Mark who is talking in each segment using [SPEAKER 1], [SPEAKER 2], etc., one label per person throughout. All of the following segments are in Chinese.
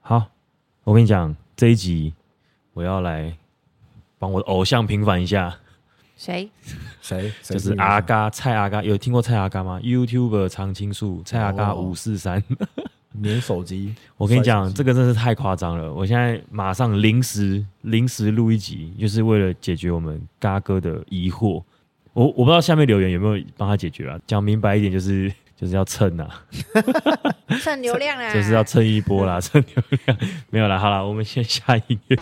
[SPEAKER 1] 好，我跟你讲，这一集我要来帮我的偶像平反一下，
[SPEAKER 2] 谁？
[SPEAKER 3] 谁？谁
[SPEAKER 1] 就是
[SPEAKER 3] 你
[SPEAKER 1] 阿
[SPEAKER 3] 偶像
[SPEAKER 1] 嘎蔡阿嘎，有听过蔡阿嘎吗？YouTuber 常青树蔡阿嘎
[SPEAKER 3] 哦
[SPEAKER 1] 五四 三，
[SPEAKER 3] 粘手机，
[SPEAKER 1] 我跟你
[SPEAKER 3] 摔
[SPEAKER 1] 讲，
[SPEAKER 3] 手机
[SPEAKER 1] 这个真是太夸张了！我现在马上临时临时录一集，就是为了解决我们嘎哥的疑惑。我我不知道下面留言有没有帮他解决啊？讲明白一点，就是就是要蹭啊，
[SPEAKER 2] 蹭流量啊 啦！
[SPEAKER 1] 就是要蹭一波啦，蹭流量没有啦。好啦，我们先下音乐。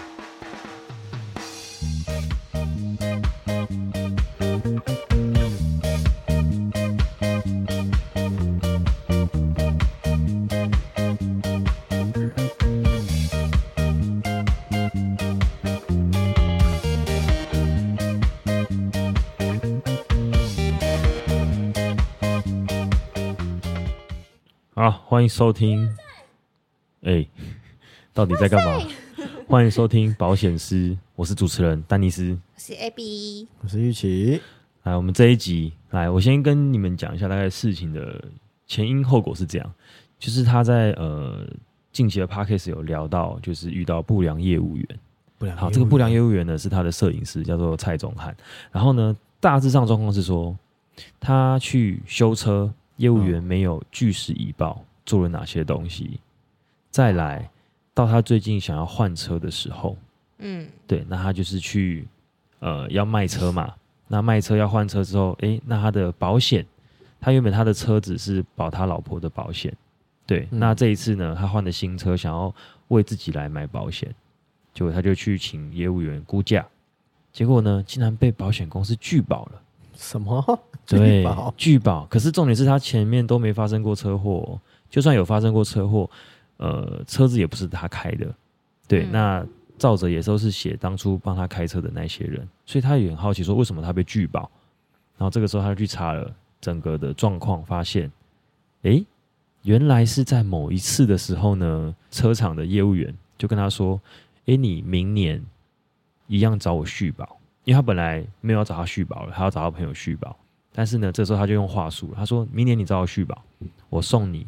[SPEAKER 1] 好，欢迎收听。哎、 到底在干嘛？欢迎收听保险师，我是主持人丹尼斯。
[SPEAKER 2] 是 A B，
[SPEAKER 3] 我是玉琪。
[SPEAKER 1] 来，我们这一集，来，我先跟你们讲一下大概事情的前因后果是这样，就是他在呃近期的 p a c k a g e 有聊到，就是遇到不良业务员。
[SPEAKER 3] 不良
[SPEAKER 1] 好，这个不良
[SPEAKER 3] 业
[SPEAKER 1] 业务员呢是他的摄影师，叫做蔡宗汉。然后呢，大致上状况是说，他去修车，业务员没有据实以报做了哪些东西。再来到他最近想要换车的时候，
[SPEAKER 2] 嗯，
[SPEAKER 1] 对，那他就是去呃要卖车嘛。那卖车要换车之后，诶，那他的保险，他原本他的车子是保他老婆的保险，对。
[SPEAKER 3] 嗯
[SPEAKER 1] 那这一次呢，他换了新车，想要为自己来买保险，结果他就去请业务员估价，结果呢，竟然被保险公司拒保了。
[SPEAKER 3] 什么？
[SPEAKER 1] 对
[SPEAKER 3] 自保，
[SPEAKER 1] 拒保。可是重点是他前面都没发生过车祸哦、就算有发生过车祸，呃，车子也不是他开的。对，
[SPEAKER 2] 嗯
[SPEAKER 1] 那照着也都是写当初帮他开车的那些人，所以他也很好奇说为什么他被拒保。然后这个时候他就去查了整个的状况，发现，诶，原来是在某一次的时候呢，车厂的业务员就跟他说：“诶，你明年一样找我续保。”因为他本来没有要找他续保了，他要找他朋友续保。但是呢，这时候他就用话术了，他说明年你找我续保，我送你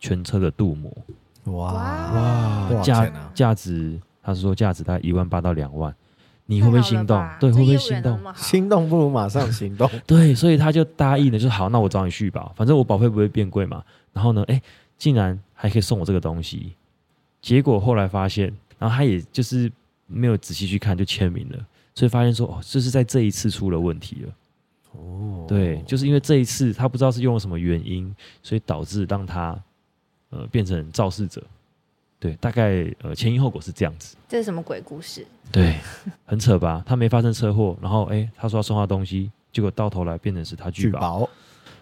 [SPEAKER 1] 全车的镀膜，
[SPEAKER 3] 哇
[SPEAKER 2] 哇
[SPEAKER 3] 多少
[SPEAKER 1] 价
[SPEAKER 3] 钱啊？
[SPEAKER 1] 价值，他是说价值大概一万八到两万，你会不会心动
[SPEAKER 2] 太好了吧？
[SPEAKER 1] 对，
[SPEAKER 2] 这
[SPEAKER 1] 会不会
[SPEAKER 2] 业务
[SPEAKER 1] 心
[SPEAKER 2] 员怎么
[SPEAKER 1] 动
[SPEAKER 2] 那？么好
[SPEAKER 3] 心动不如马上行动。
[SPEAKER 1] 对，所以他就答应了，就好，那我找你续保，反正我保费不会变贵嘛。然后呢，哎，竟然还可以送我这个东西，结果后来发现，然后他也就是没有仔细去看就签名了，所以发现说哦，这是在这一次出了问题了。
[SPEAKER 3] 哦
[SPEAKER 1] 对，就是因为这一次他不知道是用了什么原因，所以导致让他呃变成肇事者。对，大概呃前因后果是这样子。
[SPEAKER 2] 这是什么鬼故事？
[SPEAKER 1] 对，很扯吧？他没发生车祸，然后哎、诶他说要送他东西，结果到头来变成是他拒
[SPEAKER 3] 拒
[SPEAKER 1] 保。
[SPEAKER 3] 保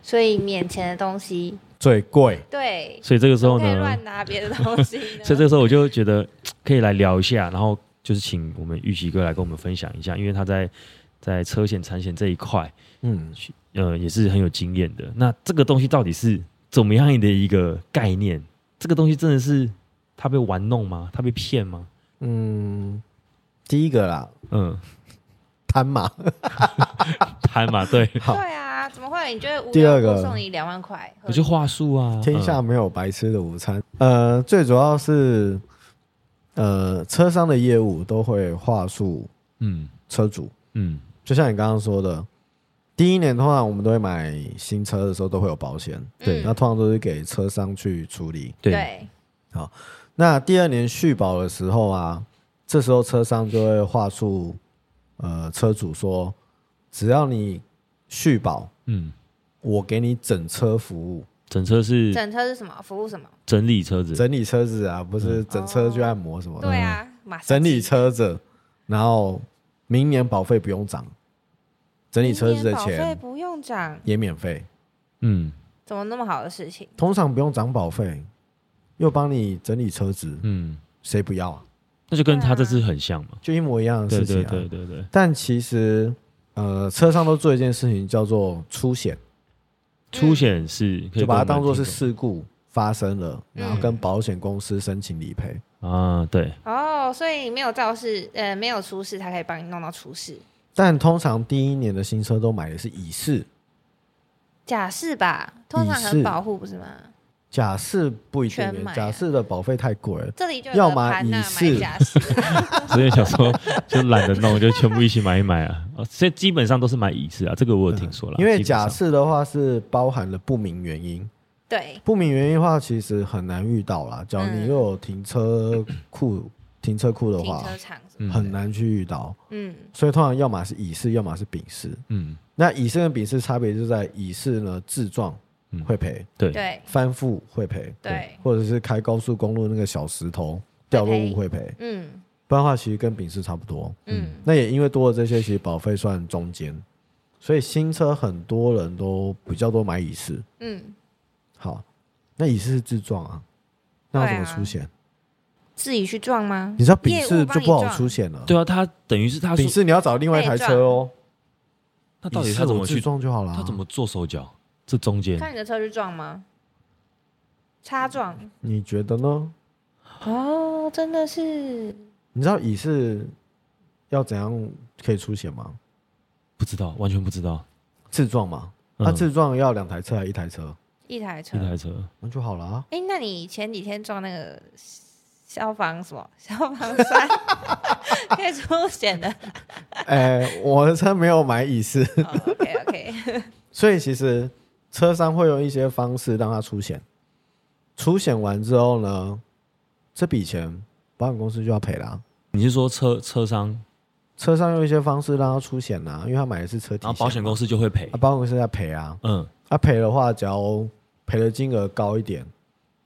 [SPEAKER 2] 所以免钱的东西，
[SPEAKER 3] 最贵，
[SPEAKER 2] 对，
[SPEAKER 1] 所以这个时
[SPEAKER 2] 不
[SPEAKER 1] 候
[SPEAKER 2] 可以
[SPEAKER 1] 呢
[SPEAKER 2] 乱，拿别的东西呢。
[SPEAKER 1] 所以这个时候我就觉得嘖可以来聊一下，然后就是请我们玉琪哥来跟我们分享一下，因为他在在车险、产险这一块，
[SPEAKER 3] 嗯，
[SPEAKER 1] 呃，也是很有经验的。那这个东西到底是怎么样的一个概念？这个东西真的是他被玩弄吗？他被骗吗？
[SPEAKER 3] 嗯，第一个啦，
[SPEAKER 1] 嗯，
[SPEAKER 3] 贪嘛，
[SPEAKER 1] 贪嘛，对，
[SPEAKER 2] 对啊，怎么会？你觉得无
[SPEAKER 3] 第
[SPEAKER 2] 聊
[SPEAKER 3] 二个
[SPEAKER 2] 故送你两万块，
[SPEAKER 1] 我就话术啊，
[SPEAKER 3] 天下没有白吃的午餐。呃，最主要是，呃，车商的业务都会话术
[SPEAKER 1] 嗯
[SPEAKER 3] 车主，
[SPEAKER 1] 嗯
[SPEAKER 3] 就像你刚刚说的，第一年通常我们都会买新车的时候都会有保险，
[SPEAKER 2] 对
[SPEAKER 3] 那通常都是给车商去处理。
[SPEAKER 1] 对
[SPEAKER 2] 对，
[SPEAKER 3] 那第二年续保的时候啊，这时候车商就会话术，呃，车主说，只要你续保，
[SPEAKER 1] 嗯，
[SPEAKER 3] 我给你整车服务，
[SPEAKER 1] 整车是
[SPEAKER 2] 整车是什么？服务什么？
[SPEAKER 1] 整理车子，
[SPEAKER 3] 整理车子啊，不是整车去按摩什么
[SPEAKER 2] 嗯
[SPEAKER 3] 的，
[SPEAKER 2] 对啊，
[SPEAKER 1] 嗯
[SPEAKER 2] 马上
[SPEAKER 3] 整理车子，然后明年保费不用涨，整理车子的
[SPEAKER 2] 明年保费
[SPEAKER 3] 钱
[SPEAKER 2] 不用涨，
[SPEAKER 3] 也免费，
[SPEAKER 1] 嗯
[SPEAKER 2] 怎么那么好的事情？
[SPEAKER 3] 通常不用涨保费，又帮你整理车子，
[SPEAKER 1] 嗯，
[SPEAKER 3] 谁不要啊？
[SPEAKER 1] 那就跟
[SPEAKER 2] 对
[SPEAKER 1] 他
[SPEAKER 2] 啊嗯
[SPEAKER 1] 这次很像嘛，
[SPEAKER 3] 就一模一样的
[SPEAKER 1] 对
[SPEAKER 3] 事情
[SPEAKER 1] 对
[SPEAKER 3] 啊。
[SPEAKER 1] 对对对，
[SPEAKER 3] 但其实，呃，车上都做一件事情叫做出险，
[SPEAKER 1] 出险是可以
[SPEAKER 3] 就把它
[SPEAKER 1] 跟
[SPEAKER 3] 当
[SPEAKER 1] 我们
[SPEAKER 3] 做是
[SPEAKER 1] 听
[SPEAKER 3] 事故发生了，
[SPEAKER 2] 嗯
[SPEAKER 3] 然后跟保险公司申请理赔。
[SPEAKER 1] 众啊， 对，
[SPEAKER 2] 哦，所以没有肇事，呃，没有出事，他可以帮你弄到出事，
[SPEAKER 3] 但通常第一年的新车都买的是乙式，
[SPEAKER 2] 假释吧？通常
[SPEAKER 3] 乙
[SPEAKER 2] 很
[SPEAKER 3] 式
[SPEAKER 2] 保护，不是吗？
[SPEAKER 3] 假释不一定
[SPEAKER 2] 全买
[SPEAKER 3] 欸，
[SPEAKER 2] 啊
[SPEAKER 3] 假释的保费太贵了。
[SPEAKER 2] 这里就
[SPEAKER 3] 要
[SPEAKER 2] 有个
[SPEAKER 3] 么
[SPEAKER 2] 盘
[SPEAKER 3] 以
[SPEAKER 2] 纳
[SPEAKER 3] 示
[SPEAKER 2] 买假释，
[SPEAKER 1] 所以想说就懒得弄，就全部一起买一买啊。啊所以基本上都是买椅子啊，这个我有听说了。
[SPEAKER 3] 嗯因为
[SPEAKER 1] 基本
[SPEAKER 3] 假
[SPEAKER 1] 上
[SPEAKER 3] 释的话是包含了不明原因，
[SPEAKER 2] 对，
[SPEAKER 3] 不明原因的话其实很难遇到啦。假如你
[SPEAKER 2] 嗯
[SPEAKER 3] 又有停车库、停车库的
[SPEAKER 2] 停
[SPEAKER 3] 话，
[SPEAKER 2] 车场什
[SPEAKER 1] 嗯
[SPEAKER 2] 么，
[SPEAKER 3] 很难去遇到。
[SPEAKER 2] 嗯，
[SPEAKER 3] 所以通常要么是乙式，要么是丙式。
[SPEAKER 1] 嗯
[SPEAKER 3] 那乙式跟丙式差别就在乙式呢，自撞
[SPEAKER 1] 嗯
[SPEAKER 3] 会赔，
[SPEAKER 1] 对
[SPEAKER 2] 对
[SPEAKER 3] 翻覆会赔，
[SPEAKER 2] 对，
[SPEAKER 3] 或者是开高速公路那个小石头掉落物会赔。
[SPEAKER 2] 嗯
[SPEAKER 3] 不然的话，其实跟丙式差不多。
[SPEAKER 2] 嗯，
[SPEAKER 3] 那也因为多了这些，其实保费算中间，所以新车很多人都比较多买乙式。
[SPEAKER 2] 嗯，
[SPEAKER 3] 好，那乙式是自撞啊，那要怎么
[SPEAKER 2] 对啊
[SPEAKER 3] 出险？
[SPEAKER 2] 自己去撞吗？
[SPEAKER 3] 你知道丙
[SPEAKER 2] 业
[SPEAKER 3] 式
[SPEAKER 2] 务帮
[SPEAKER 3] 就
[SPEAKER 2] 你
[SPEAKER 3] 不好
[SPEAKER 2] 撞
[SPEAKER 3] 出险了。
[SPEAKER 1] 对啊，他等于是他
[SPEAKER 3] 丙
[SPEAKER 1] 说，
[SPEAKER 3] 式你要找另外一台车哦。
[SPEAKER 1] 那到底
[SPEAKER 3] 乙式
[SPEAKER 1] 他怎
[SPEAKER 3] 我
[SPEAKER 1] 么
[SPEAKER 3] 自
[SPEAKER 1] 去？
[SPEAKER 3] 撞就啊好了？
[SPEAKER 1] 他怎么做手脚？这中间
[SPEAKER 2] 看你的车去撞吗？擦撞
[SPEAKER 3] 你觉得呢？
[SPEAKER 2] 哦，真的是
[SPEAKER 3] 你知道乙是要怎样可以出险吗？
[SPEAKER 1] 不知道，完全不知道。
[SPEAKER 3] 自撞嘛，
[SPEAKER 1] 嗯
[SPEAKER 3] 他自撞要两台车还是一台车？
[SPEAKER 2] 一台车
[SPEAKER 1] 一。台车，
[SPEAKER 3] 那就好了啊。
[SPEAKER 2] 哎、那你前几天撞那个消防什么 消防 栓，可以出险的、
[SPEAKER 3] 哎，我的车没有买乙式，
[SPEAKER 2] 哦、？OK OK，
[SPEAKER 3] 所以其实车商会用一些方式让他出险。出险完之后呢，这笔钱保险公司就要赔啦、
[SPEAKER 1] 你是说车车商，
[SPEAKER 3] 车商用一些方式让他出险啦、因为他买的是车体
[SPEAKER 1] 然后保险
[SPEAKER 3] 嘛
[SPEAKER 1] 公司就会赔
[SPEAKER 3] 啊，？保险公司在赔啊。
[SPEAKER 1] 嗯，
[SPEAKER 3] 他赔的话，只要赔的金额高一点，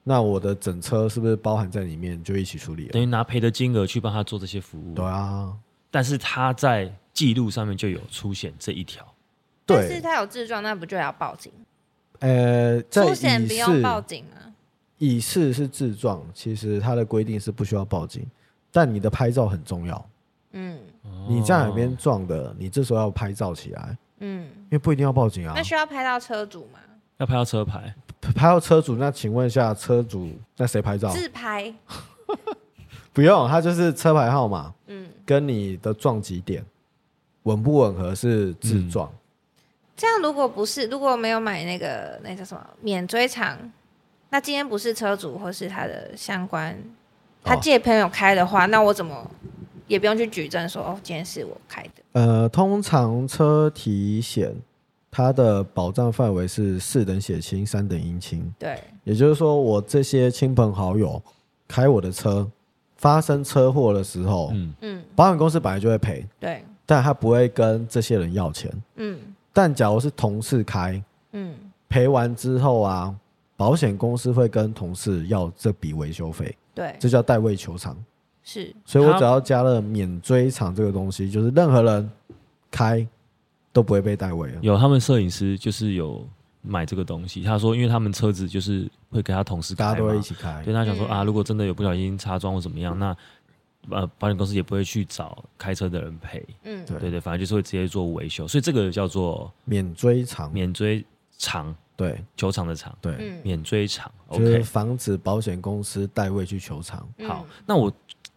[SPEAKER 3] 那我的整车是不是包含在里面就一起处理了？
[SPEAKER 1] 等于拿赔的金额去帮他做这些服务
[SPEAKER 3] 对，啊，
[SPEAKER 1] 但是他在记录上面就有出现这一条。
[SPEAKER 2] 但是
[SPEAKER 3] 对，
[SPEAKER 2] 他有自撞，那不就要报警？
[SPEAKER 3] 呃，在
[SPEAKER 2] 出险
[SPEAKER 3] 乙
[SPEAKER 2] 不用报
[SPEAKER 3] 式
[SPEAKER 2] 警啊？
[SPEAKER 3] 乙式是自撞，其实它的规定是不需要报警，但你的拍照很重要。
[SPEAKER 2] 嗯
[SPEAKER 3] 你在哪边撞的，你这时候要拍照起来，
[SPEAKER 2] 嗯，
[SPEAKER 3] 因为不一定要报警啊
[SPEAKER 2] 那。需要拍到车主吗？
[SPEAKER 1] 要拍到车牌，
[SPEAKER 3] 拍到车主，那请问一下，车主那谁拍照？
[SPEAKER 2] 自拍，
[SPEAKER 3] 不用，他就是车牌号码
[SPEAKER 2] 嗯，
[SPEAKER 3] 跟你的撞击点吻不吻合是自
[SPEAKER 1] 嗯
[SPEAKER 3] 撞。
[SPEAKER 2] 这样如果不是如果没有买那个那叫什么免追偿，那今天不是车主或是他的相关，他
[SPEAKER 3] 哦
[SPEAKER 2] 借朋友开的话，那我怎么也不用去举证说哦，今天是我开的。
[SPEAKER 3] 呃，通常车体险它的保障范围是四等血亲、三等姻亲，
[SPEAKER 2] 对，
[SPEAKER 3] 也就是说，我这些亲朋好友开我的车，发生车祸的时候，
[SPEAKER 1] 嗯，
[SPEAKER 2] 嗯，
[SPEAKER 3] 保险公司本来就会赔，
[SPEAKER 2] 对，
[SPEAKER 3] 但他不会跟这些人要钱。
[SPEAKER 2] 嗯
[SPEAKER 3] 但假如是同事开，
[SPEAKER 2] 嗯，
[SPEAKER 3] 赔完之后啊，保险公司会跟同事要这笔维修费，
[SPEAKER 2] 对，
[SPEAKER 3] 这叫代位求偿。
[SPEAKER 2] 是，
[SPEAKER 3] 所以我
[SPEAKER 1] 他
[SPEAKER 3] 只要加了免追偿这个东西，就是任何人开都不会被代位了。
[SPEAKER 1] 有他们摄影师就是有买这个东西，他说因为他们车子就是会给他同事开
[SPEAKER 3] 大家都会
[SPEAKER 1] 嘛
[SPEAKER 3] 一起开。
[SPEAKER 1] 对他想说、
[SPEAKER 2] 嗯
[SPEAKER 1] 啊，如果真的有不小心擦撞或怎么样，那呃保险公司也不会去找开车的人赔，
[SPEAKER 2] 嗯，
[SPEAKER 3] 对
[SPEAKER 1] 对对，反正就是会直接做维修，所以这个叫做
[SPEAKER 3] 免追偿，
[SPEAKER 1] 免追偿，
[SPEAKER 3] 对
[SPEAKER 1] 球场的场，
[SPEAKER 3] 对，
[SPEAKER 2] 嗯，
[SPEAKER 1] 免追偿
[SPEAKER 3] 就是
[SPEAKER 1] ，OK，
[SPEAKER 3] 防止保险公司代位去求偿。
[SPEAKER 2] 嗯
[SPEAKER 1] 好，，那我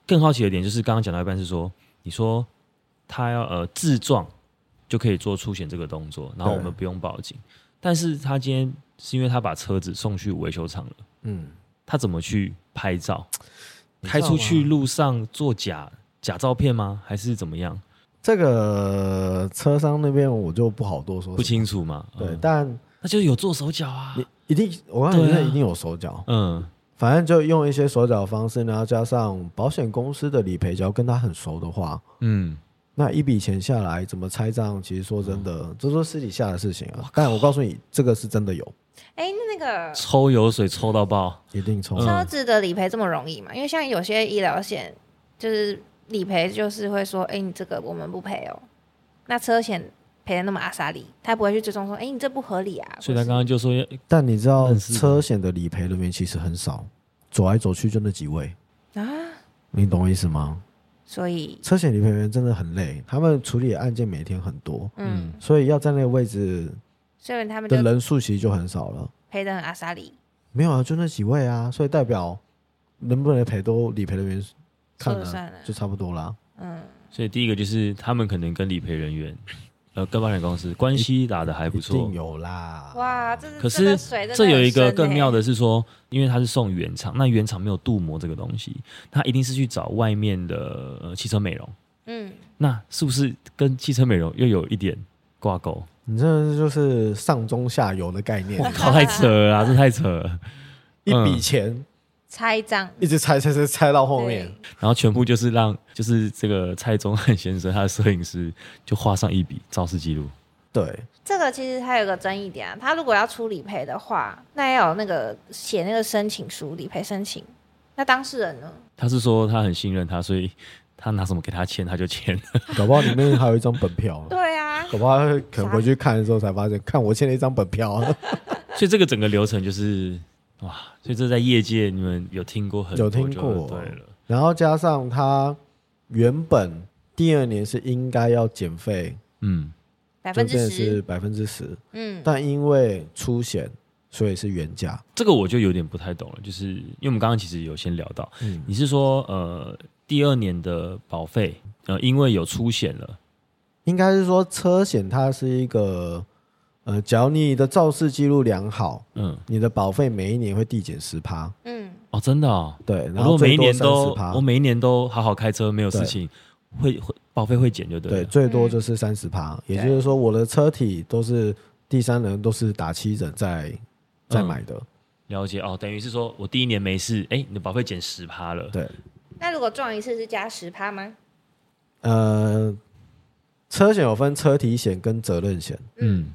[SPEAKER 1] 更好奇的点就是刚刚讲到一半是说，你说他要呃自撞就可以做出险这个动作，然后我
[SPEAKER 3] 对
[SPEAKER 1] 们不用报警，但是他今天是因为他把车子送去维修厂了，
[SPEAKER 3] 嗯，
[SPEAKER 1] 他怎么去拍照？
[SPEAKER 3] 你
[SPEAKER 1] 开
[SPEAKER 3] 知道吗
[SPEAKER 1] 出去路上做假假照片吗？还是怎么样？
[SPEAKER 3] 这个车商那边我就不好多说什么。
[SPEAKER 1] 不清楚嘛？
[SPEAKER 3] 对，
[SPEAKER 1] 嗯
[SPEAKER 3] 但
[SPEAKER 1] 那就有做手脚啊。
[SPEAKER 3] 你一定，我告诉你，
[SPEAKER 1] 对啊
[SPEAKER 3] 那一定有手脚。
[SPEAKER 1] 嗯，
[SPEAKER 3] 反正就用一些手脚方式，然后加上保险公司的理赔，只要跟他很熟的话，
[SPEAKER 1] 嗯，
[SPEAKER 3] 那一笔钱下来怎么拆账？其实说真
[SPEAKER 1] 嗯
[SPEAKER 3] 的，这都是私底下的事情啊。但我告诉你，这个是真的有，
[SPEAKER 2] 哎，那那个
[SPEAKER 1] 抽油水抽到爆，
[SPEAKER 3] 一定
[SPEAKER 1] 嗯
[SPEAKER 3] 冲。
[SPEAKER 2] 车子的理赔这么容易嘛？因为像有些医疗险，就是理赔就是会说，哎，你这个我们不赔哦。那车险赔的那么阿莎利，他不会去追踪说，哎，你这不合理啊。
[SPEAKER 1] 所以
[SPEAKER 2] 或
[SPEAKER 1] 他
[SPEAKER 2] 是
[SPEAKER 1] 刚刚就说要
[SPEAKER 3] 但你知道
[SPEAKER 1] 认识的
[SPEAKER 3] 车险的理赔人员其实很少，走来走去就那几位，
[SPEAKER 2] 啊，
[SPEAKER 3] 你懂我意思吗？
[SPEAKER 2] 所以
[SPEAKER 3] 车险理赔员真的很累，他们处理的案件每天很多，
[SPEAKER 2] 嗯，
[SPEAKER 3] 所以要在那个位置
[SPEAKER 2] 所以他们就
[SPEAKER 3] 的人数其实就很少了。
[SPEAKER 2] 赔的很阿莎利，
[SPEAKER 3] 没有啊，就那几位啊，所以代表能不能赔都理赔人员看
[SPEAKER 2] 说了算啊
[SPEAKER 3] 了
[SPEAKER 2] 了
[SPEAKER 3] 就差不多啦。
[SPEAKER 2] 嗯，
[SPEAKER 1] 所以第一个就是他们可能跟理赔人员呃跟保险公司关系打得还不
[SPEAKER 3] 一
[SPEAKER 1] 错
[SPEAKER 3] 定。有啦。
[SPEAKER 2] 哇，这是
[SPEAKER 1] 可
[SPEAKER 2] 这
[SPEAKER 1] 是
[SPEAKER 2] 个水真
[SPEAKER 1] 这
[SPEAKER 2] 的
[SPEAKER 1] 有一个
[SPEAKER 2] 很深
[SPEAKER 1] 更
[SPEAKER 2] 欸
[SPEAKER 1] 妙的是说，因为它是送原厂，那原厂没有镀膜这个东西，它一定是去找外面的、呃、汽车美容，
[SPEAKER 2] 嗯，
[SPEAKER 1] 那是不是跟汽车美容又有一点挂钩？
[SPEAKER 3] 你这就是上中下游的概念
[SPEAKER 1] 我，靠，太扯了啊，这太扯了！
[SPEAKER 3] 一笔
[SPEAKER 1] 嗯
[SPEAKER 3] 钱
[SPEAKER 2] 拆账
[SPEAKER 3] 一直拆拆拆拆到后面
[SPEAKER 2] 对，
[SPEAKER 1] 然后全部就是让就是这个蔡宗汉先生他的摄影师就画上一笔肇事记录，
[SPEAKER 3] 对，
[SPEAKER 2] 这个其实它有个争议点啊，他如果要出理赔的话，那要有那个写那个申请书，理赔申请。那当事人呢？，
[SPEAKER 1] 他是说他很信任他，所以他拿什么给他签他就签了。
[SPEAKER 3] 搞不好里面还有一张本 票
[SPEAKER 2] 对啊，
[SPEAKER 3] 搞不好可能回去看的时候才发现，看我欠了一张本票啊，
[SPEAKER 1] 所以这个整个流程就是哇，所以这在业界你们有听过很多
[SPEAKER 3] 有听
[SPEAKER 1] 就
[SPEAKER 3] 过
[SPEAKER 1] 对了，
[SPEAKER 3] 然后加上他原本第二年是应该要减费，
[SPEAKER 1] 嗯，
[SPEAKER 2] 百
[SPEAKER 3] 就
[SPEAKER 2] 分
[SPEAKER 3] 变
[SPEAKER 2] 之
[SPEAKER 3] 成是
[SPEAKER 2] 十，
[SPEAKER 3] 百分之十，
[SPEAKER 2] 嗯，
[SPEAKER 3] 但因为出险，所以是原价。
[SPEAKER 1] 这个我就有点不太懂了，就是因为我们刚刚其实有先聊到，
[SPEAKER 3] 嗯，
[SPEAKER 1] 你是说呃第二年的保费呃因为有出险了，
[SPEAKER 3] 应该是说车险它是一个，呃，只要你的肇事记录良好，
[SPEAKER 1] 嗯，
[SPEAKER 3] 你的保费每一年会递减十趴，
[SPEAKER 2] 嗯，
[SPEAKER 1] 哦真的哦，
[SPEAKER 3] 对，
[SPEAKER 1] 我
[SPEAKER 3] 然
[SPEAKER 1] 如
[SPEAKER 3] 后
[SPEAKER 1] 果每
[SPEAKER 3] 最
[SPEAKER 1] 一
[SPEAKER 3] 多
[SPEAKER 1] 年
[SPEAKER 3] 三十
[SPEAKER 1] 都
[SPEAKER 3] 趴
[SPEAKER 1] 我，每一年都好好开车没有事
[SPEAKER 3] 对
[SPEAKER 1] 情，会会保费会减就对了。
[SPEAKER 3] 对，最多就是三十趴，
[SPEAKER 2] 嗯
[SPEAKER 3] 也就是说我的车体都是第三人都是打七人在在
[SPEAKER 1] 嗯
[SPEAKER 3] 买的，
[SPEAKER 1] 了解哦，等于是说我第一年没事，哎，你的保费减十趴了，
[SPEAKER 3] 对，
[SPEAKER 2] 那如果撞一次是加十趴吗？
[SPEAKER 3] 呃，车险有分车体险跟责任险，
[SPEAKER 1] 嗯，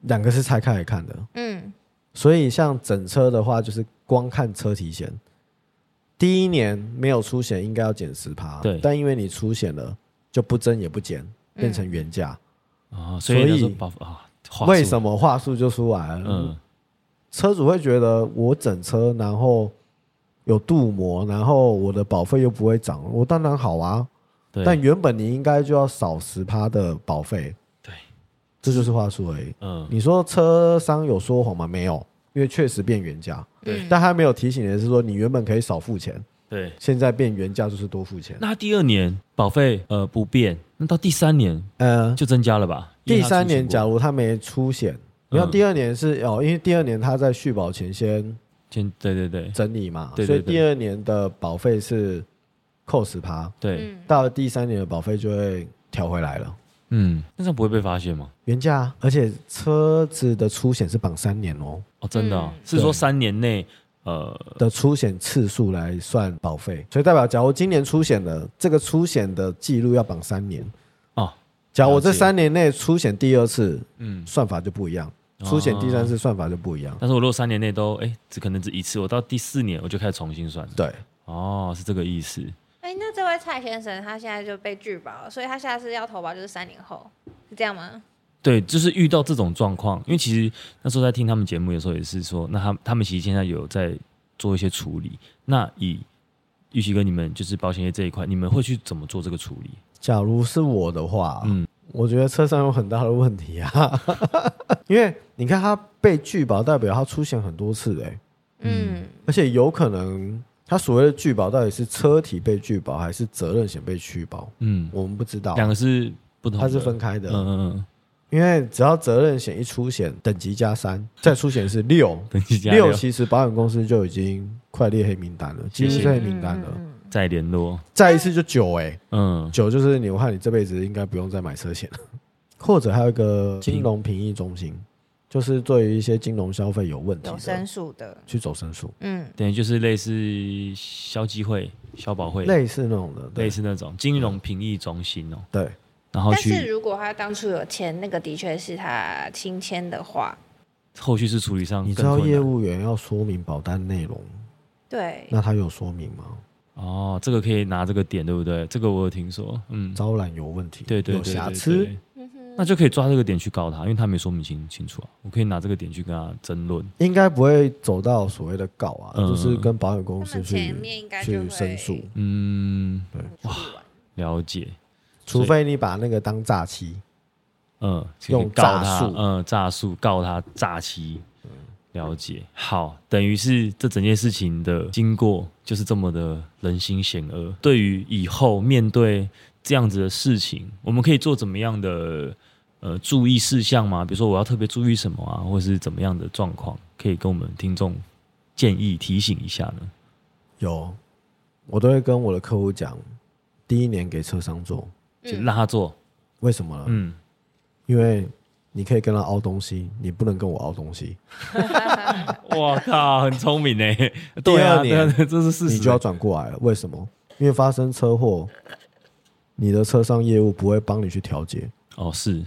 [SPEAKER 3] 两个是拆开来看的，
[SPEAKER 2] 嗯，
[SPEAKER 3] 所以像整车的话，就是光看车体险，第一年没有出险应该要减十趴，
[SPEAKER 1] 对
[SPEAKER 3] 但因为你出险了，就不增也不减，变成原价。
[SPEAKER 1] 哦，所以那时
[SPEAKER 3] 所
[SPEAKER 1] 候
[SPEAKER 3] 以
[SPEAKER 1] 保啊，话
[SPEAKER 3] 为
[SPEAKER 1] 术
[SPEAKER 3] 什么话术就出来了？
[SPEAKER 1] 嗯，
[SPEAKER 3] 车主会觉得我整车，然后有镀膜，然后我的保费又不会涨，我当然好啊。
[SPEAKER 1] 对，
[SPEAKER 3] 但原本你应该就要少十趴的保费，
[SPEAKER 1] 对，
[SPEAKER 3] 这就是话术而已。
[SPEAKER 1] 嗯，
[SPEAKER 3] 你说车商有说谎吗？没有，因为确实变原价。
[SPEAKER 1] 对
[SPEAKER 3] 但他没有提醒你的是说，你原本可以少付钱，
[SPEAKER 1] 对。
[SPEAKER 3] 现在变原价就是多付钱。
[SPEAKER 1] 那第二年保费呃不变，那到第三年
[SPEAKER 3] 呃，
[SPEAKER 1] 就增加了吧？因
[SPEAKER 3] 第
[SPEAKER 1] 为它
[SPEAKER 3] 三
[SPEAKER 1] 出险
[SPEAKER 3] 年
[SPEAKER 1] 过
[SPEAKER 3] 假如他没出险，然
[SPEAKER 1] 嗯
[SPEAKER 3] 后第二年是哦，因为第二年他在续保前先
[SPEAKER 1] 先对对对
[SPEAKER 3] 整理嘛，
[SPEAKER 1] 对
[SPEAKER 3] 所
[SPEAKER 1] 对
[SPEAKER 3] 以第二年的保费是扣十趴，
[SPEAKER 1] 对，
[SPEAKER 2] 嗯，
[SPEAKER 3] 到了第三年的保费就会调回来了。
[SPEAKER 1] 嗯，那这样不会被发现吗？
[SPEAKER 3] 原价啊，而且车子的出险是绑三年哦
[SPEAKER 1] 哦，真的、哦
[SPEAKER 2] 嗯
[SPEAKER 1] 是说三年内呃
[SPEAKER 3] 的出险次数来算保费，所以代表假如今年出险了，这个出险的记录要绑三年。
[SPEAKER 1] 哦
[SPEAKER 3] 假如我
[SPEAKER 1] 了
[SPEAKER 3] 这
[SPEAKER 1] 解
[SPEAKER 3] 三年内出险第二次，
[SPEAKER 1] 嗯，
[SPEAKER 3] 算法就不一样，出险第三次算法就不一样。
[SPEAKER 1] 但是我如果三年内都哎只可能只一次，我到第四年我就开始重新算了。
[SPEAKER 3] 对，
[SPEAKER 1] 哦，是这个意思。
[SPEAKER 2] 哎、那这位蔡先生他现在就被拒保了，所以他下次要投保就是三年后，是这样吗？
[SPEAKER 1] 对，就是遇到这种状况，因为其实那时候在听他们节目的时候，也是说，那他他们其实现在有在做一些处理。那以玉玺哥你们就是保险业这一块，你们会去怎么做这个处理？
[SPEAKER 3] 假如是我的话，
[SPEAKER 1] 嗯
[SPEAKER 3] 嗯，我觉得车上有很大的问题啊， 因为你看他被拒保，代表他出险很多次、欸，
[SPEAKER 2] 嗯，
[SPEAKER 3] 而且有可能他所谓的拒保到底是车体被拒保还是责任险被拒保，
[SPEAKER 1] 嗯，
[SPEAKER 3] 我们不知道，
[SPEAKER 1] 两个是不同的，
[SPEAKER 3] 它是分开的，
[SPEAKER 1] 嗯嗯嗯，
[SPEAKER 3] 因为只要责任险一出险，等级加三，再出险是六。
[SPEAKER 1] 等级嗯加
[SPEAKER 3] 六其实保险公司就已经快列黑名单了，几乎
[SPEAKER 1] 谢
[SPEAKER 3] 是
[SPEAKER 1] 谢
[SPEAKER 3] 黑名单了。
[SPEAKER 2] 嗯
[SPEAKER 1] 再联络，
[SPEAKER 3] 再一次就九哎、
[SPEAKER 1] 嗯，
[SPEAKER 3] 九就是你，我看你这辈子应该不用再买车险了。 或者还有一个金融评议中心，就是对于一些金融消费有问题
[SPEAKER 2] 有申
[SPEAKER 3] 的
[SPEAKER 2] 诉的，
[SPEAKER 3] 去走申诉，
[SPEAKER 2] 嗯
[SPEAKER 1] 等于就是类似消基会、消保会
[SPEAKER 3] 类似那种的，对
[SPEAKER 1] 类似那种金融评议中心哦，
[SPEAKER 3] 对，
[SPEAKER 1] 然后
[SPEAKER 2] 但是
[SPEAKER 1] 去
[SPEAKER 2] 如果他当初有签，那个的确是他亲签的话，
[SPEAKER 1] 后续是处理上
[SPEAKER 3] 你
[SPEAKER 1] 更
[SPEAKER 3] 知道
[SPEAKER 1] 困难
[SPEAKER 3] 业务员要说明保单内容，
[SPEAKER 2] 对，
[SPEAKER 3] 那他有说明吗？
[SPEAKER 1] 哦，这个可以拿这个点对不对？这个我有听说，嗯，
[SPEAKER 3] 招揽有问题，
[SPEAKER 1] 对对对
[SPEAKER 3] 有瑕
[SPEAKER 1] 对
[SPEAKER 3] 疵，
[SPEAKER 1] 对
[SPEAKER 2] 嗯哼
[SPEAKER 1] 那就可以抓这个点去告他，因为他没说明清清楚啊，我可以拿这个点去跟他争论。
[SPEAKER 3] 应该不会走到所谓的告啊，
[SPEAKER 1] 嗯
[SPEAKER 3] 就是跟保险公
[SPEAKER 2] 他
[SPEAKER 3] 司
[SPEAKER 2] 们
[SPEAKER 3] 去
[SPEAKER 2] 前面应该就
[SPEAKER 3] 去
[SPEAKER 2] 会
[SPEAKER 3] 申诉，
[SPEAKER 1] 嗯，
[SPEAKER 2] 处理完，
[SPEAKER 1] 了解，
[SPEAKER 3] 除非你把那个当诈欺，
[SPEAKER 1] 嗯，可以
[SPEAKER 3] 用
[SPEAKER 1] 告
[SPEAKER 3] 诈
[SPEAKER 1] 他
[SPEAKER 3] 术
[SPEAKER 1] 嗯，诈术告他诈欺。了解，好，等于是这整件事情的经过就是这么的人心险恶。对于以后面对这样子的事情，我们可以做怎么样的呃注意事项吗？比如说我要特别注意什么啊，或是怎么样的状况，可以跟我们听众建议提醒一下呢？
[SPEAKER 3] 有，我都会跟我的客户讲，第一年给车商做，
[SPEAKER 1] 就让他做，
[SPEAKER 3] 为什么呢？
[SPEAKER 1] 嗯，
[SPEAKER 3] 因为你可以跟他凹东西，你不能跟我凹东西，
[SPEAKER 1] 哇靠，很聪明呢。
[SPEAKER 3] 第
[SPEAKER 1] 对
[SPEAKER 3] 二
[SPEAKER 1] 啊，对啊
[SPEAKER 3] 年，
[SPEAKER 1] 这是事
[SPEAKER 3] 你
[SPEAKER 1] 实。
[SPEAKER 3] 就要转过来了。为什么？因为发生车祸，你的车商业务不会帮你去调节，
[SPEAKER 1] 哦，是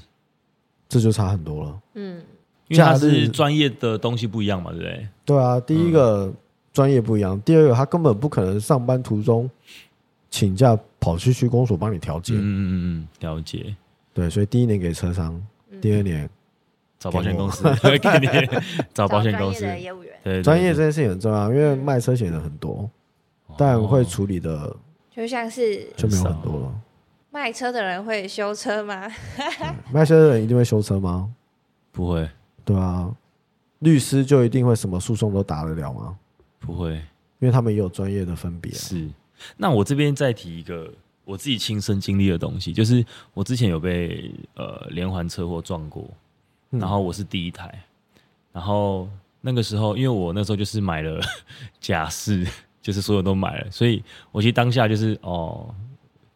[SPEAKER 3] 这就差很多了。
[SPEAKER 2] 嗯，
[SPEAKER 1] 因为他
[SPEAKER 3] 假日
[SPEAKER 1] 是专业的东西不一样嘛，对不对？
[SPEAKER 3] 对啊，第一
[SPEAKER 1] 嗯
[SPEAKER 3] 个专业不一样，第二个他根本不可能上班途中请假跑去区公所帮你调节。
[SPEAKER 1] 嗯嗯嗯嗯，了解。
[SPEAKER 3] 对，所以第一年给车商，
[SPEAKER 2] 嗯
[SPEAKER 3] 第二年
[SPEAKER 1] 找保险公司， 给你找保险公司，
[SPEAKER 2] 专业的
[SPEAKER 1] 对
[SPEAKER 2] 业务员，
[SPEAKER 1] 对对
[SPEAKER 3] 专业这件事情很重要，因为卖车险的很多，但会
[SPEAKER 1] 哦
[SPEAKER 3] 处理的
[SPEAKER 2] 就像是
[SPEAKER 3] 就没有
[SPEAKER 1] 很
[SPEAKER 3] 很
[SPEAKER 1] 少
[SPEAKER 3] 多了。
[SPEAKER 2] 卖车的人会修车吗？
[SPEAKER 3] 卖车的人一定会修车吗？
[SPEAKER 1] 不会
[SPEAKER 3] 对啊，律师就一定会什么诉讼都打得了吗？
[SPEAKER 1] 不会
[SPEAKER 3] 因为他们也有专业的分别啊。
[SPEAKER 1] 是。那我这边再提一个我自己亲身经历的东西，就是我之前有被呃连环车祸撞过，
[SPEAKER 3] 嗯
[SPEAKER 1] 然后我是第一台，然后那个时候因为我那时候就是买了 假释，就是所有都买了，所以我其实当下就是哦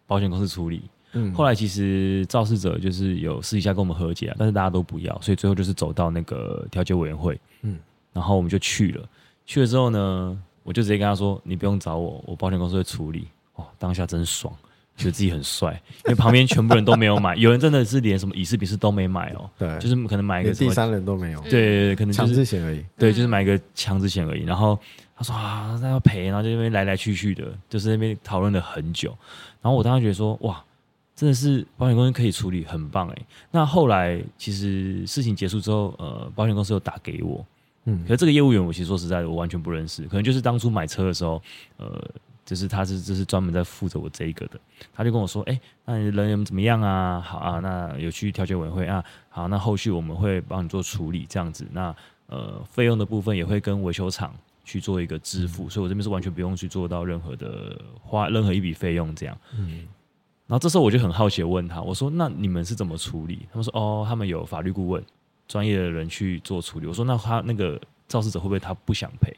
[SPEAKER 1] 保险公司处理，
[SPEAKER 3] 嗯，
[SPEAKER 1] 后来其实肇事者就是有私底下跟我们和解、啊，但是大家都不要，所以最后就是走到那个调解委员会，
[SPEAKER 3] 嗯
[SPEAKER 1] 嗯，然后我们就去了。去了之后呢，我就直接跟他说：“你不用找我，我保险公司会处理。”哦，当下真爽，觉得自己很帅，因为旁边全部人都没有买，有人真的是连什么乙式、丙式都没买哦，
[SPEAKER 3] 对，
[SPEAKER 1] 就是可能买一
[SPEAKER 3] 连
[SPEAKER 1] 个什
[SPEAKER 3] 第
[SPEAKER 1] 么，
[SPEAKER 3] 三人都没有，
[SPEAKER 1] 对对对，可能就
[SPEAKER 3] 强
[SPEAKER 1] 是
[SPEAKER 3] 制险而已。
[SPEAKER 1] 对，就是买一个强制险而已。然后他说啊，那要赔，然后就那边来来去去的，就是那边讨论了很久。然后我当时觉得说，哇，真的是保险公司可以处理，很棒哎。那后来其实事情结束之后，呃，保险公司又打给我，
[SPEAKER 3] 嗯
[SPEAKER 1] 可是这个业务员我其实说实在的，我完全不认识，可能就是当初买车的时候，呃。就是他是就是专门在负责我这一个的，他就跟我说，哎、那你人员怎么样啊？好啊，那有去调解委员会啊，好，那后续我们会帮你做处理，这样子。那呃费用的部分也会跟维修厂去做一个支付，所以我这边是完全不用去做到任何的花任何一笔费用这样。
[SPEAKER 3] 嗯，
[SPEAKER 1] 然后这时候我就很好奇地问他，我说：“那你们是怎么处理？”他们说：“哦，他们有法律顾问，专业的人去做处理。”我说：“那他那个肇事者会不会他不想赔？”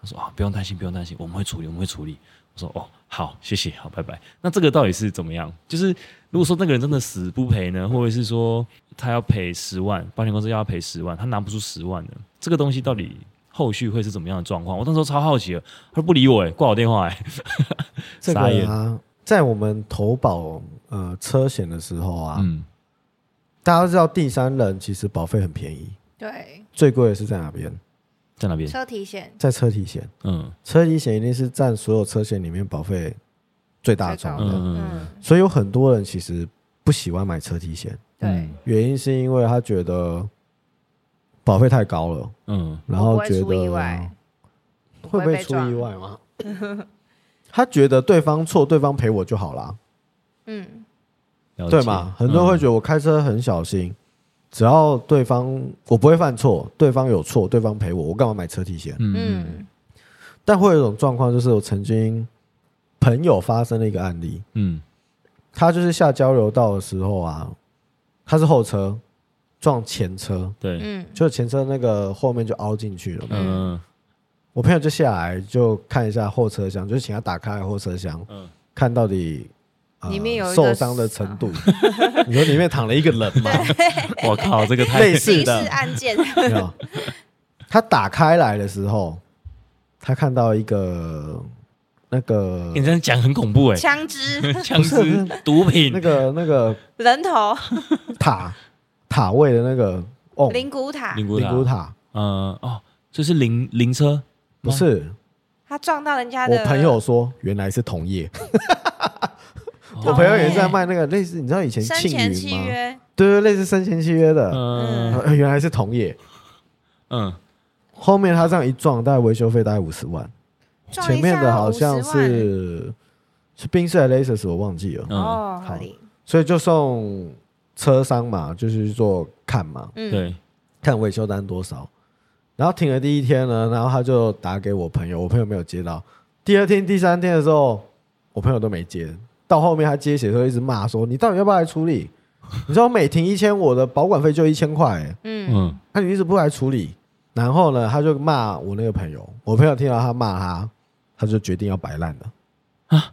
[SPEAKER 1] 他说：“啊，不用担心，不用担心，我们会处理，我们会处理。”我说：“哦，好，谢谢，好，拜拜。”那这个到底是怎么样？就是如果说那个人真的死不赔呢，或者是说他要赔十万，保险公司要赔十万，他拿不出十万呢，这个东西到底后续会是怎么样的状况？我那时候超好奇的，他不理我、欸，挂我电话、欸，
[SPEAKER 3] 这
[SPEAKER 1] 傻
[SPEAKER 3] 个
[SPEAKER 1] 眼
[SPEAKER 3] 啊，在我们投保呃车险的时候啊，
[SPEAKER 1] 嗯，
[SPEAKER 3] 大家都知道第三人其实保费很便宜，
[SPEAKER 2] 对，
[SPEAKER 3] 最贵的是在哪边？
[SPEAKER 1] 在那边，
[SPEAKER 2] 车体险
[SPEAKER 3] 在车体险，
[SPEAKER 1] 嗯
[SPEAKER 3] 车体险一定是占所有车险里面保费最大宗
[SPEAKER 1] 嗯
[SPEAKER 3] 的，
[SPEAKER 1] 嗯嗯，
[SPEAKER 2] 嗯，
[SPEAKER 3] 所以有很多人其实不喜欢买车体险，
[SPEAKER 1] 嗯
[SPEAKER 2] 对，
[SPEAKER 3] 原因是因为他觉得保费太高了，
[SPEAKER 1] 嗯，
[SPEAKER 3] 然后
[SPEAKER 2] 我不
[SPEAKER 3] 觉
[SPEAKER 2] 会
[SPEAKER 3] 得
[SPEAKER 2] 出意外
[SPEAKER 3] 会
[SPEAKER 2] 我
[SPEAKER 3] 不
[SPEAKER 2] 不会
[SPEAKER 3] 会
[SPEAKER 2] 被
[SPEAKER 3] 出
[SPEAKER 2] 撞
[SPEAKER 3] 意外 吗？他觉得对方错，对方赔我就好啦，
[SPEAKER 2] 嗯，
[SPEAKER 1] 了
[SPEAKER 3] 对
[SPEAKER 1] 解嗯
[SPEAKER 3] 嘛？很多人会觉得我开车很小心，只要对方我不会犯错，对方有错，对方赔我，我干嘛买车体险？
[SPEAKER 1] 嗯嗯
[SPEAKER 2] 嗯，
[SPEAKER 3] 但会有一种状况，就是我曾经朋友发生了一个案例，
[SPEAKER 1] 嗯
[SPEAKER 3] 他就是下交流道的时候啊，他是后车撞前车，
[SPEAKER 1] 对，
[SPEAKER 2] 嗯，
[SPEAKER 3] 就前车那个后面就凹进去了嘛。
[SPEAKER 1] 嗯
[SPEAKER 3] 我朋友就下来就看一下后车厢，就是请他打开后车厢，
[SPEAKER 1] 嗯
[SPEAKER 3] 看到底、呃、
[SPEAKER 2] 里面有一个
[SPEAKER 3] 受伤的程 度。你说里面躺了一个人吗？
[SPEAKER 1] 我靠，这个太
[SPEAKER 3] 类似
[SPEAKER 2] 刑事
[SPEAKER 3] 的
[SPEAKER 2] 案件，
[SPEAKER 3] 没有。他打开来的时候，他看到一个那个
[SPEAKER 1] 你这样讲很恐怖 哎，
[SPEAKER 2] 枪支、
[SPEAKER 1] 枪支、毒品
[SPEAKER 3] 那，个那个
[SPEAKER 2] 人头、
[SPEAKER 1] 哦
[SPEAKER 3] 塔塔位的那个哦，
[SPEAKER 2] 灵骨塔，
[SPEAKER 1] 灵骨
[SPEAKER 3] 灵骨
[SPEAKER 1] 塔，
[SPEAKER 3] 塔
[SPEAKER 1] 嗯哦，就是灵灵车，
[SPEAKER 3] 不是。
[SPEAKER 2] 哦他撞到人家的
[SPEAKER 3] 我朋友说，原来是同业。我
[SPEAKER 1] 哦
[SPEAKER 3] 朋友也是在卖那个类似，你知道以前
[SPEAKER 2] 生
[SPEAKER 3] 庆
[SPEAKER 2] 前
[SPEAKER 3] 云
[SPEAKER 2] 契
[SPEAKER 3] 吗？
[SPEAKER 2] 约，
[SPEAKER 3] 对对，类似生前契约的，
[SPEAKER 1] 嗯
[SPEAKER 3] 呃原来是同业。
[SPEAKER 1] 嗯，
[SPEAKER 3] 后面他这样一撞，大概维修费大概五十万，
[SPEAKER 2] 撞
[SPEAKER 3] 前
[SPEAKER 2] 一下
[SPEAKER 3] 面的好像
[SPEAKER 2] 50万
[SPEAKER 3] 是是宾士还是 Lexus，我忘记了，
[SPEAKER 1] 嗯
[SPEAKER 2] 哦，
[SPEAKER 3] 好
[SPEAKER 2] 合理，
[SPEAKER 3] 所以就送车商嘛，就是去做看嘛，
[SPEAKER 2] 嗯，
[SPEAKER 1] 对，
[SPEAKER 3] 看维修单多少。然后停了第一天呢，然后他就打给我朋友，我朋友没有接到。第二天、第三天的时候，我朋友都没接，到后面他接血的时候一直骂说：“你到底要不要来处理？你知道我每停一千，我的保管费就一千块、欸，
[SPEAKER 2] 嗯
[SPEAKER 1] 嗯，
[SPEAKER 3] 那、你一直不来处理。”然后呢，他就骂我那个朋友，我朋友听到他骂他，他就决定要摆烂了，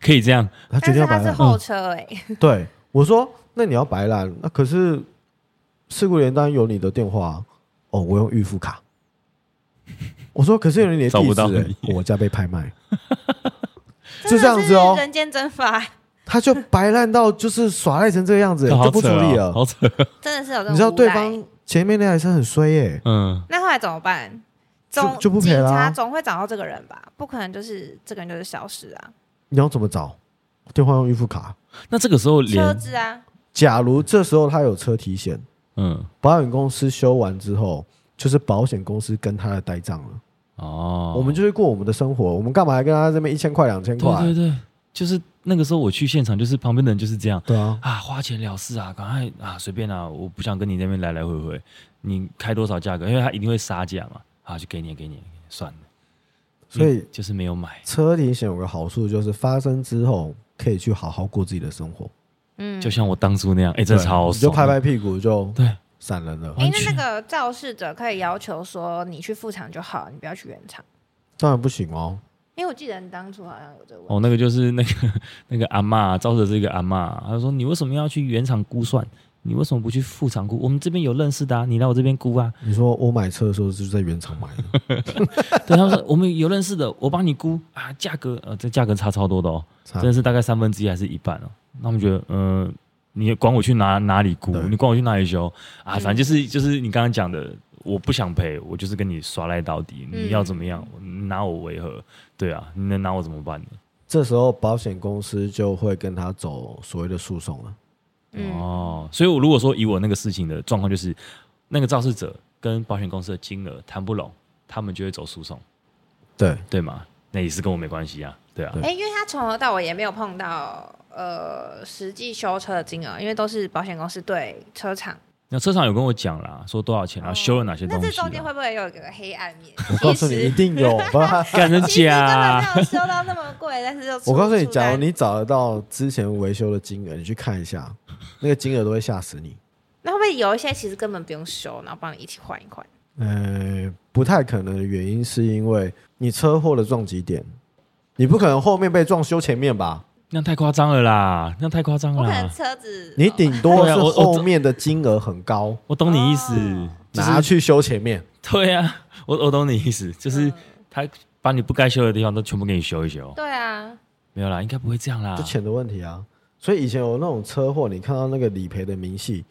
[SPEAKER 1] 可以这样，
[SPEAKER 3] 他嗯决
[SPEAKER 2] 但
[SPEAKER 3] 定
[SPEAKER 2] 是
[SPEAKER 3] 要摆
[SPEAKER 2] 他是
[SPEAKER 3] 烂。
[SPEAKER 2] 后车哎、
[SPEAKER 3] 对，我说：“那你要摆烂，那、可是事故联单有你的电话啊，哦，我用预付卡。” 我说：“可是有你的
[SPEAKER 1] 找
[SPEAKER 3] 地
[SPEAKER 1] 不
[SPEAKER 3] 址、
[SPEAKER 1] 到
[SPEAKER 3] 欸
[SPEAKER 1] 你
[SPEAKER 3] 我家被拍卖。”
[SPEAKER 2] 真
[SPEAKER 3] 就
[SPEAKER 2] 的
[SPEAKER 3] 这样子哦
[SPEAKER 2] 是人间蒸发，
[SPEAKER 3] 他就白烂到就是耍赖成这个样子、欸，
[SPEAKER 1] 好
[SPEAKER 3] 就不处
[SPEAKER 1] 扯哦
[SPEAKER 3] 理了。
[SPEAKER 1] 好扯，
[SPEAKER 2] 真的是有这种。
[SPEAKER 3] 你知道对方，前面那台车很衰耶、
[SPEAKER 1] 嗯，
[SPEAKER 2] 那后来怎么办？
[SPEAKER 3] 就
[SPEAKER 2] 总
[SPEAKER 3] 就不赔啦
[SPEAKER 2] 警察总会找到这个人吧？不可能就是这个人就是消失啊，
[SPEAKER 3] 你要怎么找？电话用预付卡。
[SPEAKER 1] 那这个时候
[SPEAKER 2] 车
[SPEAKER 1] 连
[SPEAKER 2] 子啊，
[SPEAKER 3] 假如这时候他有车体险，
[SPEAKER 1] 嗯
[SPEAKER 3] 保险公司修完之后，就是保险公司跟他的呆账了。
[SPEAKER 1] 哦，
[SPEAKER 3] 我们就是过我们的生活，我们干嘛还跟他这边一千块两千块？
[SPEAKER 1] 对对对，就是那个时候我去现场，就是旁边的人就是这样
[SPEAKER 3] 对啊，
[SPEAKER 1] 啊，花钱了事啊，赶快啊，随便啊，我不想跟你那边来来回回，你开多少价格，因为他一定会杀价嘛，啊，就给你给你，算了，
[SPEAKER 3] 所以
[SPEAKER 1] 嗯就是没有买，
[SPEAKER 3] 车体险有个好处就是发生之后可以去好好过自己的生活，
[SPEAKER 2] 嗯，
[SPEAKER 1] 就像我当初那样，哎，这
[SPEAKER 3] 对
[SPEAKER 1] 超
[SPEAKER 3] 你就
[SPEAKER 1] 爽
[SPEAKER 3] 拍拍屁股就
[SPEAKER 1] 对，
[SPEAKER 3] 闪人了。
[SPEAKER 2] 哎
[SPEAKER 1] 完，
[SPEAKER 2] 那
[SPEAKER 1] 全
[SPEAKER 2] 那个肇事者可以要求说你去副厂就好，你不要去原厂，
[SPEAKER 3] 当然不行哦，
[SPEAKER 2] 因为我记得你当初好像有这个问题。
[SPEAKER 1] 哦，那个就是那个 那个阿嬷，招惹这个阿嬷，她说你为什么要去原厂估算？你为什么不去副厂估？我们这边有认识的、啊，你来我这边估啊。
[SPEAKER 3] 你说我买车的时候就是在原厂买 的，
[SPEAKER 1] 对，他们说我们有认识的，我帮你估啊，价格呃，这价格差超多的哦，
[SPEAKER 3] 差
[SPEAKER 1] 真的是大概三分之一还是一半哦。那我们觉得，嗯、你管我去哪哪里估
[SPEAKER 3] 对，
[SPEAKER 1] 你管我去哪里修啊，
[SPEAKER 2] 嗯
[SPEAKER 1] 反正就是就是你刚刚讲的，我不想赔，我就是跟你耍赖到底，
[SPEAKER 2] 嗯
[SPEAKER 1] 你要怎么样，你拿我为何？对啊，你能拿我怎么办呢？
[SPEAKER 3] 这时候保险公司就会跟他走所谓的诉讼了。
[SPEAKER 2] 嗯，
[SPEAKER 1] 哦，所以我如果说以我那个事情的状况，就是那个肇事者跟保险公司的金额谈不拢，他们就会走诉讼，
[SPEAKER 3] 对，
[SPEAKER 1] 对吗？那也是跟我没关系啊，对啊，
[SPEAKER 2] 哎，因为他从头到尾也没有碰到呃实际修车的金额，因为都是保险公司对车厂。
[SPEAKER 1] 那车厂有跟我讲啦，说多少钱，然后
[SPEAKER 2] 哦
[SPEAKER 1] 修了哪些
[SPEAKER 2] 那
[SPEAKER 1] 东
[SPEAKER 2] 这
[SPEAKER 1] 西
[SPEAKER 2] 中间
[SPEAKER 1] 啊。
[SPEAKER 2] 会不会有一个黑暗面？
[SPEAKER 3] 我告诉你一定有吧。
[SPEAKER 1] 干真
[SPEAKER 2] 其实
[SPEAKER 1] 假
[SPEAKER 2] 根本
[SPEAKER 1] 啊？
[SPEAKER 2] 没有修到那么贵，但是就出
[SPEAKER 3] 我告诉你，
[SPEAKER 2] 出
[SPEAKER 3] 假如
[SPEAKER 2] 单
[SPEAKER 3] 你找得到之前维修的金额，你去看一下，那个金额都会吓死你。
[SPEAKER 2] 那会不会有一些其实根本不用修，然后帮你一起换一换？
[SPEAKER 3] 呃，不太可能的原因是因为你车祸的撞击点，你不可能后面被撞修前面吧？
[SPEAKER 1] 那太夸张了啦，那太夸张
[SPEAKER 2] 我
[SPEAKER 1] 了
[SPEAKER 2] 可能
[SPEAKER 1] 啦。
[SPEAKER 2] 车子
[SPEAKER 3] 啊你顶多
[SPEAKER 1] 对
[SPEAKER 3] 是
[SPEAKER 1] 啊我我
[SPEAKER 3] 后面的金额很高，
[SPEAKER 1] 我懂你意思
[SPEAKER 2] 哦，
[SPEAKER 1] 就是
[SPEAKER 3] 拿去修前面。
[SPEAKER 1] 对啊，我我懂你意思，就是
[SPEAKER 2] 嗯
[SPEAKER 1] 他把你不该修的地方都全部给你修一修。
[SPEAKER 2] 对啊，
[SPEAKER 1] 没有啦，应该不会这样啦
[SPEAKER 3] 就。钱的问题啊。所以以前有那种车祸，你看到那个理赔的明细，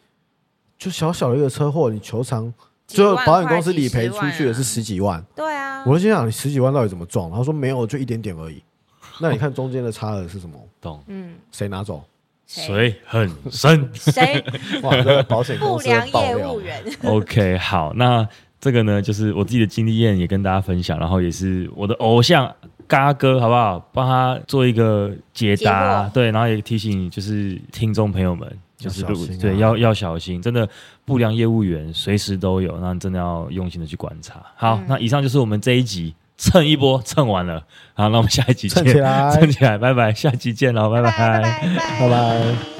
[SPEAKER 3] 就小小一个车祸，你求偿，
[SPEAKER 2] 几
[SPEAKER 3] 最
[SPEAKER 2] 万
[SPEAKER 3] 后
[SPEAKER 2] 块
[SPEAKER 3] 保险公司理赔
[SPEAKER 2] 几十
[SPEAKER 3] 出
[SPEAKER 2] 万啊
[SPEAKER 3] 去的是十几万。
[SPEAKER 2] 对啊，
[SPEAKER 3] 我就心想，你十几万到底怎么撞？他说没有，就一点点而已。那你看中间的差额是什么？
[SPEAKER 1] 懂，
[SPEAKER 2] 嗯，
[SPEAKER 3] 谁拿走？
[SPEAKER 2] 谁
[SPEAKER 1] 水很深。
[SPEAKER 2] 谁
[SPEAKER 3] 哇，这个保险公
[SPEAKER 2] 不
[SPEAKER 3] 司的
[SPEAKER 2] 良
[SPEAKER 3] 爆
[SPEAKER 2] 业
[SPEAKER 3] 料
[SPEAKER 2] 务。 人？
[SPEAKER 1] OK，好，那这个呢，就是我自己的经验也跟大家分享，然后也是我的偶像嘎哥，好不好？帮他做一个解答，
[SPEAKER 2] 解惑
[SPEAKER 1] 对，然后也提醒就是听众朋友们，就是
[SPEAKER 3] 要
[SPEAKER 1] 如
[SPEAKER 3] 小心啊
[SPEAKER 1] 对要要小心，真的不良业务员随时都有，那你真的要用心的去观察。好，
[SPEAKER 2] 嗯
[SPEAKER 1] 那以上就是我们这一集蹭一波，蹭完 了，好，那我们下一集见，
[SPEAKER 3] 蹭起来
[SPEAKER 1] 蹭起来，拜拜，下集见喽，
[SPEAKER 2] 拜
[SPEAKER 1] 拜
[SPEAKER 2] 拜拜
[SPEAKER 3] 拜拜
[SPEAKER 2] 拜。